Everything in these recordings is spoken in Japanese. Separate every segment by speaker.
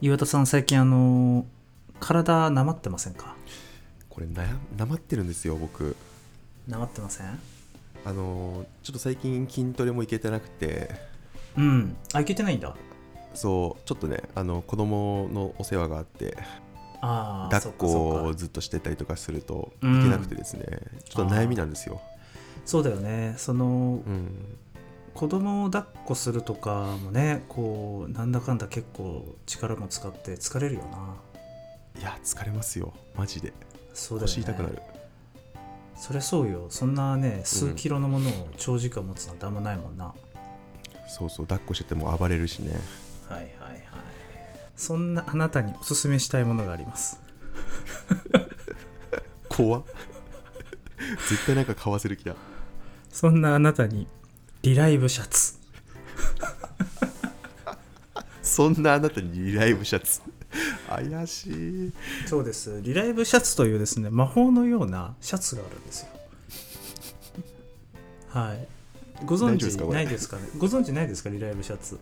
Speaker 1: 岩田さん最近あの体なまってませんか
Speaker 2: これななまってるんですよ僕
Speaker 1: なまってません
Speaker 2: あのーちょっと最近筋トレも行けてなくて
Speaker 1: うんあいけてないんだ
Speaker 2: そうちょっとねあの子供のお世話があって
Speaker 1: ああ
Speaker 2: 抱っこ
Speaker 1: そう
Speaker 2: を
Speaker 1: か
Speaker 2: ずっとしてたりとかすると
Speaker 1: う
Speaker 2: い
Speaker 1: ん
Speaker 2: けなくてですね、ちょっと悩みなんですよ
Speaker 1: そうだよねその
Speaker 2: うん
Speaker 1: 子供を抱っこするとかもねこうなんだかんだ結構力も使って疲れるよない
Speaker 2: や疲れますよマジで
Speaker 1: そうだよ
Speaker 2: 腰
Speaker 1: ね
Speaker 2: 痛くなる
Speaker 1: そりゃそうよそんなね数キロのものを長時間持つなんてあんまないもんな、
Speaker 2: そうそう抱っこしてても暴れるしね
Speaker 1: はいはいはいそんなあなたにおすすめしたいものがあります
Speaker 2: 怖っ 絶対なんか買わせる気だ
Speaker 1: そんなあなたにリライブシャツ
Speaker 2: そんなあなたにリライブシャツ怪しい
Speaker 1: そうですリライブシャツというですね魔法のようなシャツがあるんですよはいご存
Speaker 2: 大丈夫ですか
Speaker 1: 知
Speaker 2: これ
Speaker 1: ないですかねご存知ないですかリライブシャツ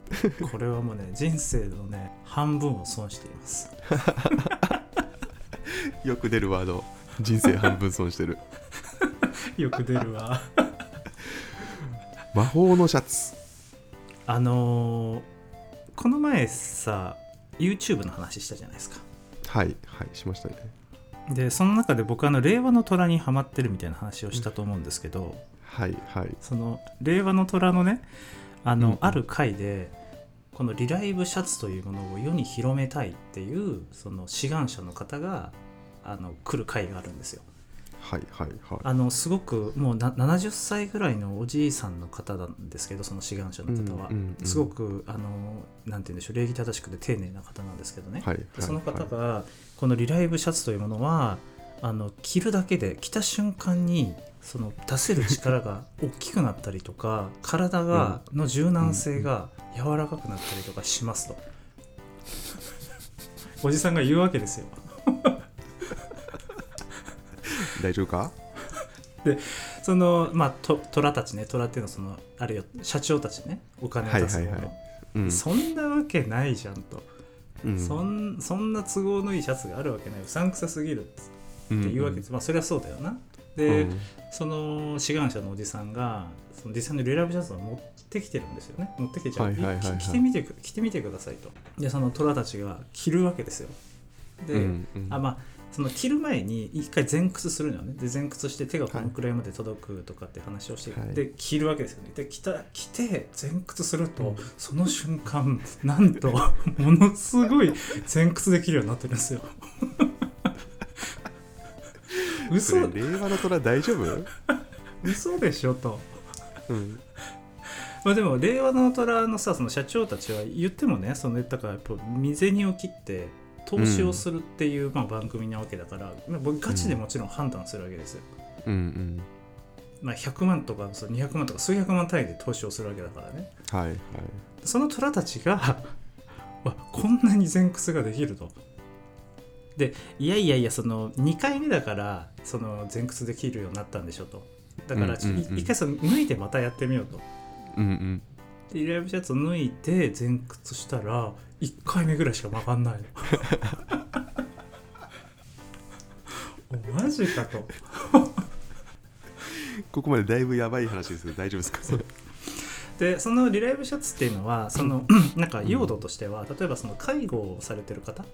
Speaker 1: これはもう ね人生のね半分を損しています
Speaker 2: よく出るワード人生半分損してる
Speaker 1: よく出るわ
Speaker 2: 魔法のシャツ
Speaker 1: あのーこの前さ YouTube の話したじゃないですか
Speaker 2: はいはいしましたね
Speaker 1: でその中で僕あの令和の虎にハマってるみたいな話をしたと思うんですけど、
Speaker 2: はいはい
Speaker 1: その令和の虎のねあの、
Speaker 2: うんうん
Speaker 1: ある回でこのリライブシャツというものを世に広めたいっていうその志願者の方があの来る回があるんですよ。
Speaker 2: はいはいはい
Speaker 1: あのすごくもうな70歳ぐらいのおじいさんの方なんですけどその志願者の方は、
Speaker 2: うんうんうん
Speaker 1: すごくあのなんて言うんでしょう礼儀正しくて丁寧な方なんですけどね、
Speaker 2: はいはい
Speaker 1: でその方
Speaker 2: はい
Speaker 1: がこのリライブシャツというものはあの着るだけで着た瞬間にその出せる力が大きくなったりとか体がの柔軟性が柔らかくなったりとかし ますとおじさんが言うわけですよ
Speaker 2: 大丈夫か
Speaker 1: そのまあと虎たちね虎っていうのはそのあれよ社長たちねお金を出すもの、
Speaker 2: はいはいはうん
Speaker 1: そんなわけないじゃんと、
Speaker 2: うん
Speaker 1: そんそんな都合のいいシャツがあるわけないうさんくさすぎるっつって言うわけです、まあそれはそうだよなで、
Speaker 2: うん
Speaker 1: その志願者のおじさんがその実際のリライブシャツを持ってきてるんですよね持ってきてじゃあ、
Speaker 2: はいはいはいはい
Speaker 1: き着てみてく着てみてくださいとでその虎たちが着るわけですよで、
Speaker 2: うんうん
Speaker 1: あまあその着る前に一回前屈するのよねで前屈して手がこのくらいまで届くとかって話をして、
Speaker 2: はい
Speaker 1: で着るわけですよねで着た着て前屈すると、
Speaker 2: うん
Speaker 1: その瞬間なんと ものすごい前屈できるようになってるんです よ
Speaker 2: それ
Speaker 1: 嘘
Speaker 2: 令和の虎大丈夫
Speaker 1: 嘘でしょと
Speaker 2: うん
Speaker 1: まあでも令和の虎のさその社長たちは言ってもねそのだからやっぱ未銭を切って投資をするっていう、まあ、番組なわけだから、まあ僕ガチでもちろん判断するわけですよ、
Speaker 2: うんうん
Speaker 1: まあ、100万とかその200万とか数百万単位で投資をするわけだからね
Speaker 2: はいはい
Speaker 1: その虎たちが わこんなに前屈ができると。でいやいやいやその2回目だからその前屈できるようになったんでしょとだからちょ
Speaker 2: うんうんうん
Speaker 1: 一回その脱いでまたやってみようと
Speaker 2: うんうん
Speaker 1: でリライブシャツを脱いで前屈したら1回目ぐらいしか曲がんないの おマジかと
Speaker 2: ここまでだいぶやばい話ですけど大丈夫ですかそれ
Speaker 1: でそのリライブシャツっていうのはその なんか用途としては例えばその介護をされてる方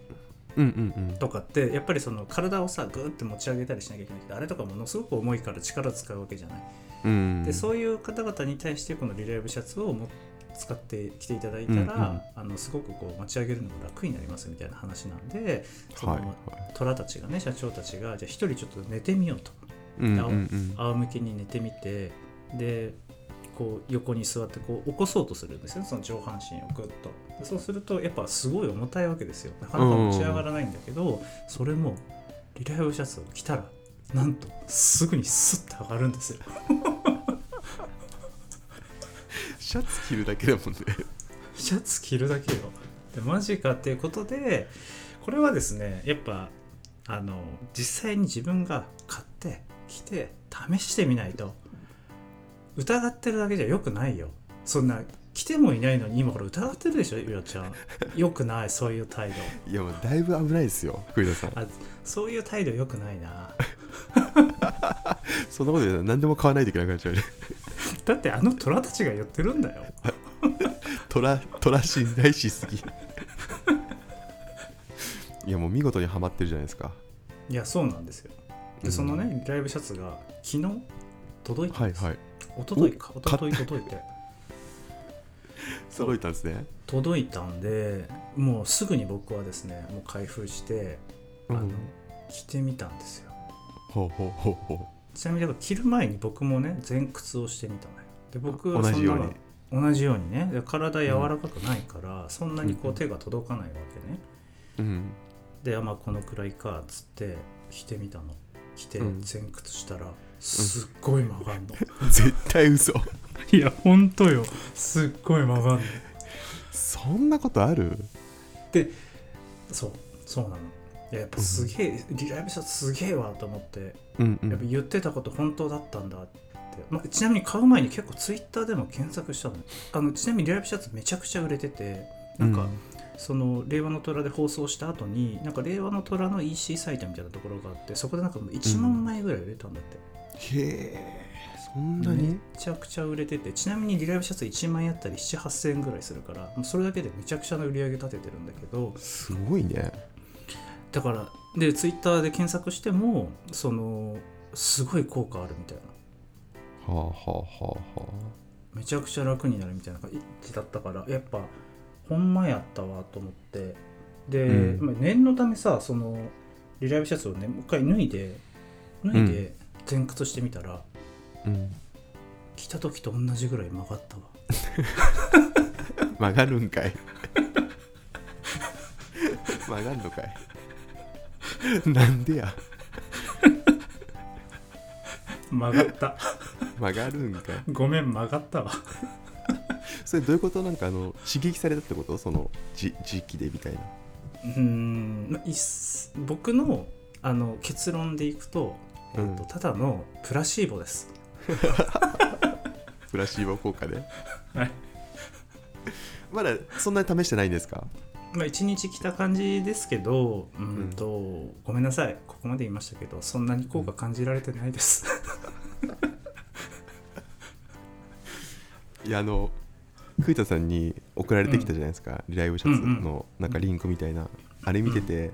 Speaker 2: うんうん
Speaker 1: とかってやっぱりその体をさグーって持ち上げたりしなきゃいけないけどあれとかものすごく重いから力使うわけじゃない、
Speaker 2: うん
Speaker 1: でそういう方々に対してこのリライブシャツをも使ってきていただいたら、
Speaker 2: うんうん
Speaker 1: あのすごくこう持ち上げるのが楽になりますみたいな話なんでその、
Speaker 2: はいはい
Speaker 1: 虎たちがね社長たちがじゃあ一人ちょっと寝てみようと
Speaker 2: うんうんうん
Speaker 1: 仰向けに寝てみてでこう横に座ってこう起こそうとするんですよその上半身をグッとでそうするとやっぱすごい重たいわけですよなかなか持ち上がらないんだけどそれもリライブシャツを着たらなんとすぐにスッと上がるんですよ
Speaker 2: シャツ着るだけだもんね
Speaker 1: シャツ着るだけよでマジかっていうことでこれはですねやっぱあの実際に自分が買って着て試してみないと疑ってるだけじゃよくないよそんな来てもいないのに今これ疑ってるでしょゆらちゃんよくないそういう態度
Speaker 2: いやもうだいぶ危ないですよ栗田さん
Speaker 1: あそういう態度よくないな
Speaker 2: そんなこと言うなら何でも買わないといけなくなっちゃうね
Speaker 1: だってあの虎たちが言ってるんだよ
Speaker 2: 虎虎信頼しすぎいやもう見事にはまってるじゃないですか
Speaker 1: いやそうなんですよ
Speaker 2: う
Speaker 1: で
Speaker 2: ん
Speaker 1: そのねライブシャツが昨日届いたん
Speaker 2: はい
Speaker 1: です、
Speaker 2: はい
Speaker 1: 一昨日か一昨日届いて
Speaker 2: 揃えたんですね
Speaker 1: 届いたんでもうすぐに僕はですねもう開封してあの、
Speaker 2: うん
Speaker 1: 着てみたんですよ
Speaker 2: ほうほうほうほ
Speaker 1: ちなみにだから着る前に僕もね前屈をしてみたのよで僕
Speaker 2: う同じよう
Speaker 1: そん
Speaker 2: に
Speaker 1: なの同じようにねで体柔らかくないから、そんなにこう手が届かないわけね
Speaker 2: うん
Speaker 1: であまあこのくらいかっつって着てみたの着て
Speaker 2: うん
Speaker 1: 前屈したら、すっごい曲がんの
Speaker 2: 絶対嘘
Speaker 1: いやほんとよすっごい曲がんの
Speaker 2: そんなことある
Speaker 1: そうそうなのいややっぱすげえ、リライブシャツすげえわと思って
Speaker 2: うんう
Speaker 1: やっぱ言ってたこと本当だったんだって、まあ、ちなみに買う前に結構ツイッターでも検索したのあのちなみにリライブシャツめちゃくちゃ売れててなんか、その令和の虎で放送した後になんか令和の虎の EC サイトみたいなところがあってそこでなんかもう1万枚ぐらい売れたんだって、
Speaker 2: へえそんな
Speaker 1: め
Speaker 2: に
Speaker 1: ちゃくちゃ売れててちなみにリライブシャツ1万円あったり7 8千円ぐらいするからもうそれだけでめちゃくちゃな売り上げ立ててるんだけど
Speaker 2: すごいね
Speaker 1: だからでツイッターで検索してもそのすごい効果あるみたいな
Speaker 2: はあはあはあは
Speaker 1: めちゃくちゃ楽になるみたいな感じだったからやっぱほんまやったわと思ってで、
Speaker 2: うん
Speaker 1: まあ念のためさそのリライブシャツをねもう一回脱いで脱いで前屈してみたら、
Speaker 2: あうん
Speaker 1: 着た時と同じぐらい曲がったわ
Speaker 2: 曲がるん かい曲がんのかいなんでや
Speaker 1: 曲がった
Speaker 2: 曲がるんかい
Speaker 1: ごめん曲がったわ
Speaker 2: それどういうことなんかあの刺激されたってことそのじ時期でみたいな
Speaker 1: うーん、まあ、いっす僕のあの結論でいくと,、えっと
Speaker 2: うん
Speaker 1: ただのプラシーボです
Speaker 2: プラシーボ効果で
Speaker 1: はい
Speaker 2: まだそんなに試してないんですか
Speaker 1: まあ、1日来た感じですけどうんと、ごめんなさいここまで言いましたけどそんなに効果感じられてないです、
Speaker 2: いやあの栗田さんに送られてきたじゃないですか、リライブシャツのなんかリンクみたいな、あれ見てて、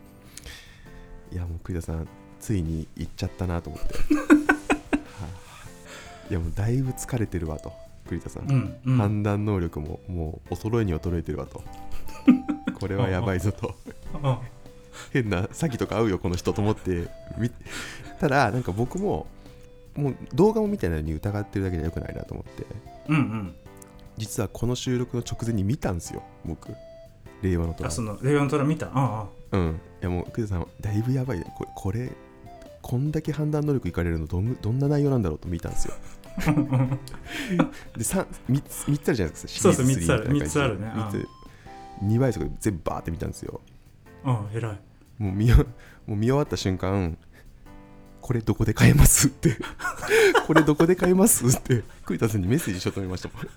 Speaker 2: いやもう栗田さんついに行っちゃったなと思 ってはあいやもうだいぶ疲れてるわと栗田さん、
Speaker 1: うんうん
Speaker 2: 判断能力ももう衰えに衰えてるわ とこれはやばいぞと
Speaker 1: あ
Speaker 2: 変な詐欺とか合うよこの人と思って見たらなんか僕ももう動画を見てないのに疑ってるだけじゃよくないなと思って
Speaker 1: うんうん
Speaker 2: 実はこの収録の直前に見たんですよ僕令和の虎
Speaker 1: あそのレオントラ見たああ
Speaker 2: うんいやもう久世さんだいぶやばいねこれこれこんだけ判断能力いかれるのどんどんな内容なんだろうと見た んですよで 3, 三つ三つあるじゃないですか
Speaker 1: そうそう
Speaker 2: シ
Speaker 1: 三
Speaker 2: リーズ3
Speaker 1: つある
Speaker 2: みたい
Speaker 1: 三
Speaker 2: な感
Speaker 1: つある
Speaker 2: じ
Speaker 1: ね
Speaker 2: で三つ2倍速で全部バーって見たんですよ
Speaker 1: あああ偉い
Speaker 2: もう見よもう見終わった瞬間これどこで買えますって これどこで買えますって栗田さんにメッセージしようと思いましたもん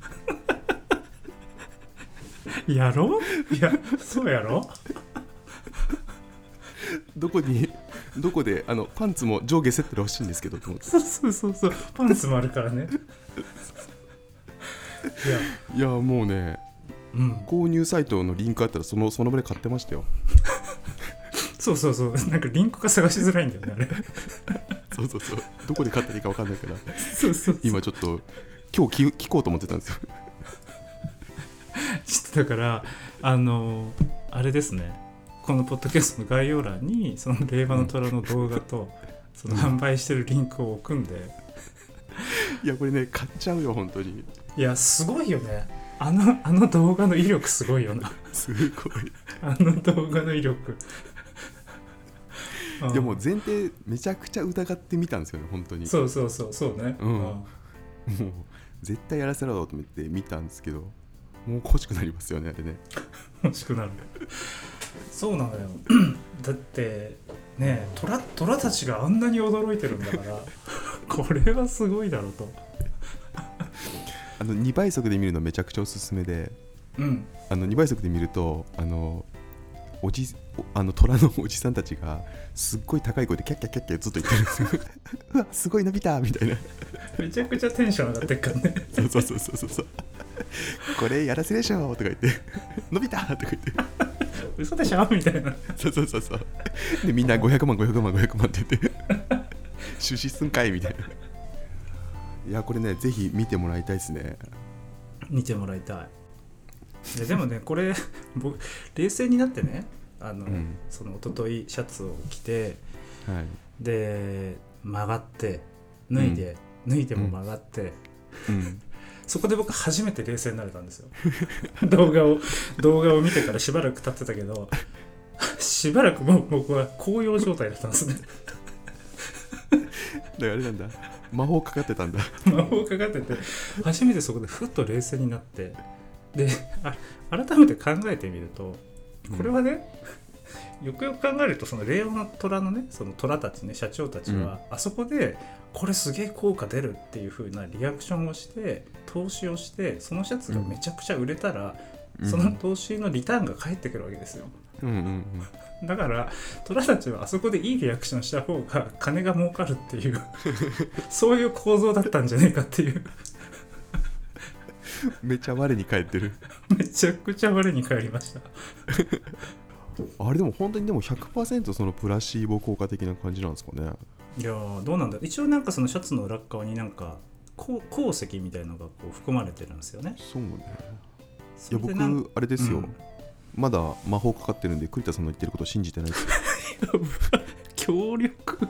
Speaker 1: やろいやそうやろ
Speaker 2: どこにどこであのパンツも上下セットで欲しいんですけどと思って
Speaker 1: そうそうそうそうパンツもあるからねいや
Speaker 2: いやもうね
Speaker 1: うん
Speaker 2: 購入サイトのリンクあったらそのその場で買ってましたよ
Speaker 1: そうそうそうなんかリンクが探しづらいんだよねあれ
Speaker 2: そうそうそうどこで買ったらいいか分かんないから
Speaker 1: そうそう
Speaker 2: 今ちょっと今日聞聞こうと思ってたんですよ
Speaker 1: ちょっとだからあのあれですねこのポッドキャストの概要欄にその「令和の虎」の動画と、その販売してるリンクを置くんで
Speaker 2: いやこれね買っちゃうよ本当に
Speaker 1: いやすごいよねあのあの動画の威力すごいよな
Speaker 2: すごい
Speaker 1: あの動画の威 力
Speaker 2: でも前提めちゃくちゃ疑ってみたんですよね本当に
Speaker 1: そうそうそうそうね
Speaker 2: うんもう絶対やらせろと思って見たんですけどもう欲しくなりますよねあれね
Speaker 1: 欲しくなるそうなのよ だってね虎虎たちがあん なに驚いてるんだからこれはすごいだろうと
Speaker 2: あの2倍速で見るのめちゃくちゃおすすめで
Speaker 1: うん
Speaker 2: あの2倍速で見るとあのおじおあの虎のおじさんたちがすっごい高い声でキャッキャッキャッキャずっと言ってるんですよ うわすごい伸びたみたいな
Speaker 1: めちゃくちゃテンション上がってっからね
Speaker 2: そうそうそうそうそうそうこれやらせでしょとか言って伸びたとか言って
Speaker 1: 嘘でしょみたいな
Speaker 2: そうそうそうそうでみんな500万500万500万って言って出資すんかいみたいないやこれねぜひ見てもらいたいですね
Speaker 1: 見てもらいたいででもねこれ 僕冷静になってねあの、
Speaker 2: うん
Speaker 1: その一昨日シャツを着て
Speaker 2: はい
Speaker 1: で曲がって脱いで、脱いでも曲がって、
Speaker 2: うん
Speaker 1: そこで僕初めて冷静になれたんですよ 動画を動画を見てからしばらく経ってたけど しばらくもう僕は高揚状態だったんですね
Speaker 2: だからあれなんだ魔法かかってたんだ
Speaker 1: 魔法かかってて初めてそこでふっと冷静になってであ改めて考えてみるとこれはね、 よくよく考えるとその令和の虎のねその虎たちね社長たちは、あそこでこれすげえ効果出るっていう風なリアクションをして投資をしてそのシャツがめちゃくちゃ売れたら、
Speaker 2: うん
Speaker 1: その投資のリターンが返ってくるわけですよ
Speaker 2: うんうんうん
Speaker 1: だから虎たちはあそこでいいリアクションした方が金が儲かるって いうそういう構造だったんじゃねえかっていう
Speaker 2: めっちゃ我に返ってる
Speaker 1: めちゃくちゃ我に返りました
Speaker 2: あれでも本当にでも100%そのプラシーボ効果的な感じなんですかね
Speaker 1: いやーどうなんだ一応なんかそのシャツの裏っ側になんか鉱鉱石みたいのがこう含まれてるんですよね
Speaker 2: そうねい
Speaker 1: そ
Speaker 2: や
Speaker 1: れでなん
Speaker 2: 僕あれですよ、
Speaker 1: うん
Speaker 2: まだ魔法かかってるんで栗田さんの言ってること信じてないです
Speaker 1: 強力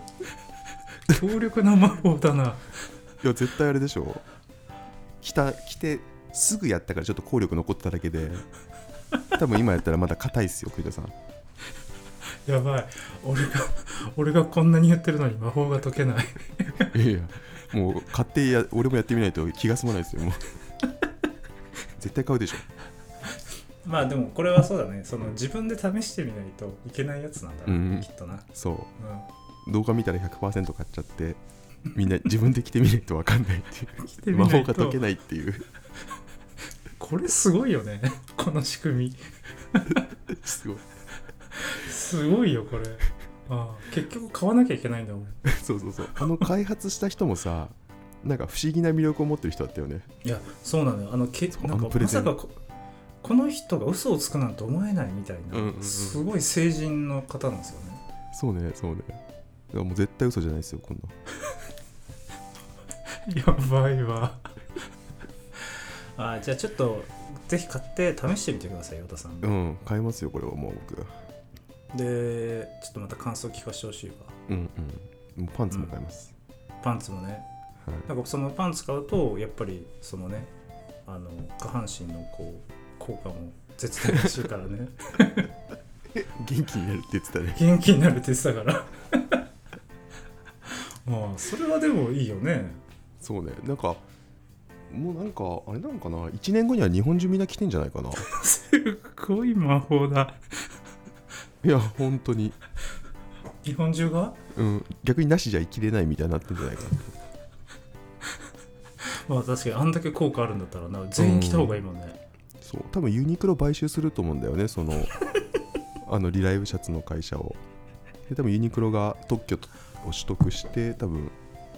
Speaker 1: 強力な魔法だない
Speaker 2: や絶対あれでしょ来た来てすぐやったからちょっと効力残ってただけで多分今やったらまだ硬いっすよ栗田さん
Speaker 1: やばい俺が俺がこんなに言ってるのに魔法が解けない
Speaker 2: いやいやもう買ってや俺もやってみないと気が済まないですよもう絶対買うでしょ
Speaker 1: まあでもこれはそうだねその自分で試してみないといけないやつなんだな、
Speaker 2: うん
Speaker 1: きっとな、
Speaker 2: そ
Speaker 1: うん、
Speaker 2: う動画見たら100%買っちゃってみんな自分で着てみないと分かんないっていう
Speaker 1: 来てみ
Speaker 2: 魔
Speaker 1: な
Speaker 2: 法
Speaker 1: い
Speaker 2: が解
Speaker 1: と
Speaker 2: けないっていう
Speaker 1: これすごいよね この仕組み
Speaker 2: すごい
Speaker 1: すごいよこれああ結局買わなきゃいけないんだもん
Speaker 2: そうそうそうあの開発した人もさなんか不思議な魅力を持ってる人だったよね
Speaker 1: いやそうなのよあのけ
Speaker 2: そ
Speaker 1: な
Speaker 2: う
Speaker 1: ん
Speaker 2: あの
Speaker 1: か
Speaker 2: プレ
Speaker 1: ま
Speaker 2: ゼ
Speaker 1: さ
Speaker 2: ン
Speaker 1: かここの人が嘘をつくなんて思えないみたいな、
Speaker 2: うんうんうん
Speaker 1: すごい成人の方なんですよね
Speaker 2: そうねそうねだからもう絶対嘘じゃないですよこんな
Speaker 1: やばいわ あじゃあちょっとぜひ買って試してみてください太田さん、
Speaker 2: うん買いますよこれはもう僕
Speaker 1: でちょっとまた感想聞かせてほしいわ
Speaker 2: うんうんもうパンツも買います、
Speaker 1: パンツもね
Speaker 2: はい、
Speaker 1: なんかそのパンツ買うとやっぱりそのねあの下半身のこう効果も絶対らしいからね
Speaker 2: 元気になるって言ってたね
Speaker 1: 元気になるって言ってたから まあそれはでもいいよね
Speaker 2: そうねなんかもうなんかあれなのかな1年後には日本中みんな来てんじゃないかない
Speaker 1: すごい魔法だ
Speaker 2: や本当に
Speaker 1: 日本中が、
Speaker 2: うん逆になしじゃ生きれないみたいになってんじゃないかな
Speaker 1: まあ、確かにあんだけ効果あるんだったらな全員来た方がいいもんね、
Speaker 2: そう多分ユニクロ買収すると思うんだよねその あのリライブシャツの会社をで多分ユニクロが特許を取得して多分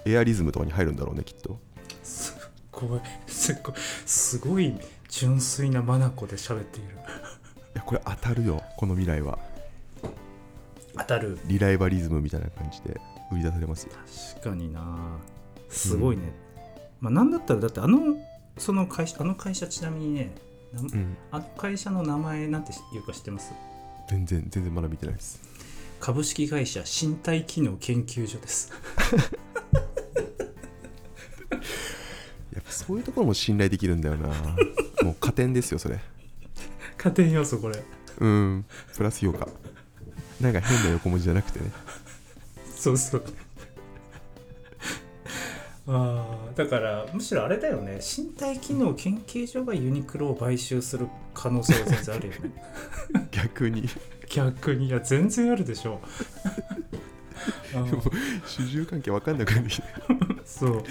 Speaker 2: エアリズムとかに入るんだろうねきっと
Speaker 1: すっごいすっごいすごい純粋な眼で喋っている
Speaker 2: いやこれ当たるよこの未来は
Speaker 1: 当たる
Speaker 2: リライバリズムみたいな感じで売り出されますよ
Speaker 1: 確かになすごいね、まあなんだったらだってあのその会社あの会社ちなみにねな
Speaker 2: うん
Speaker 1: あの会社の名前なんていうか知ってます
Speaker 2: 全然全然まだ見てないです
Speaker 1: 株式会社身体機能研究所です
Speaker 2: やっぱそういうところも信頼できるんだよな もう加点ですよそれ
Speaker 1: 家庭要素これ
Speaker 2: うんプラス評価なんか変な横文字じゃなくてね
Speaker 1: そうそう。あーだからむしろあれだよね身体機能研究所がユニクロを買収する可能性は全然あるよ ね
Speaker 2: 逆に
Speaker 1: 逆にいや全 然あるでしょあー
Speaker 2: 主従関係わかんなくなってきて
Speaker 1: そう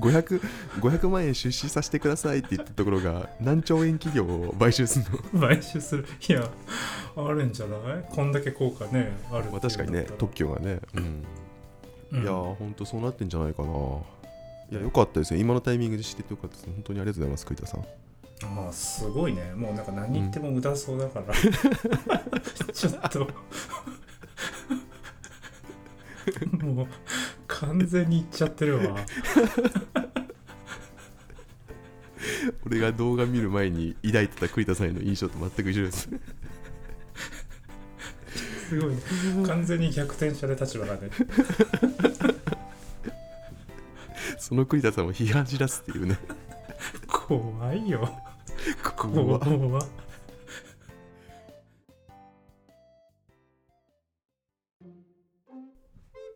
Speaker 2: 500, 500万円出資させてくださいって言ったところが何兆円企業を買収するの
Speaker 1: 買収するいやあるんじゃないこんだけ効果ねあるっていうんだったら
Speaker 2: まあ確かにね特許がね、
Speaker 1: う
Speaker 2: うん
Speaker 1: ん
Speaker 2: いやーほんとそうなってんじゃないかないやよかったですね今のタイミングで知っててよかったです本当にありがとうございます栗田さん
Speaker 1: まあすごいねもうなんか何言っても無駄そうだ から、ちょっともう完全にいっちゃってるわ
Speaker 2: 俺が動画見る前に抱いてた栗田さんへの印象と全く一緒です
Speaker 1: すごいね完全に逆転者で立場がね
Speaker 2: その栗田さんを批判し出すって いうね
Speaker 1: 怖いよ怖
Speaker 2: 怖
Speaker 1: い
Speaker 2: っ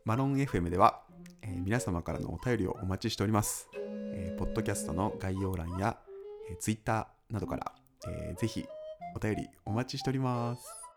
Speaker 3: マロン FM では、えー皆様からのお便りをお待ちしております。えーポッドキャストの概要欄や、えー、Twitter などから、えーぜひお便りお待ちしております。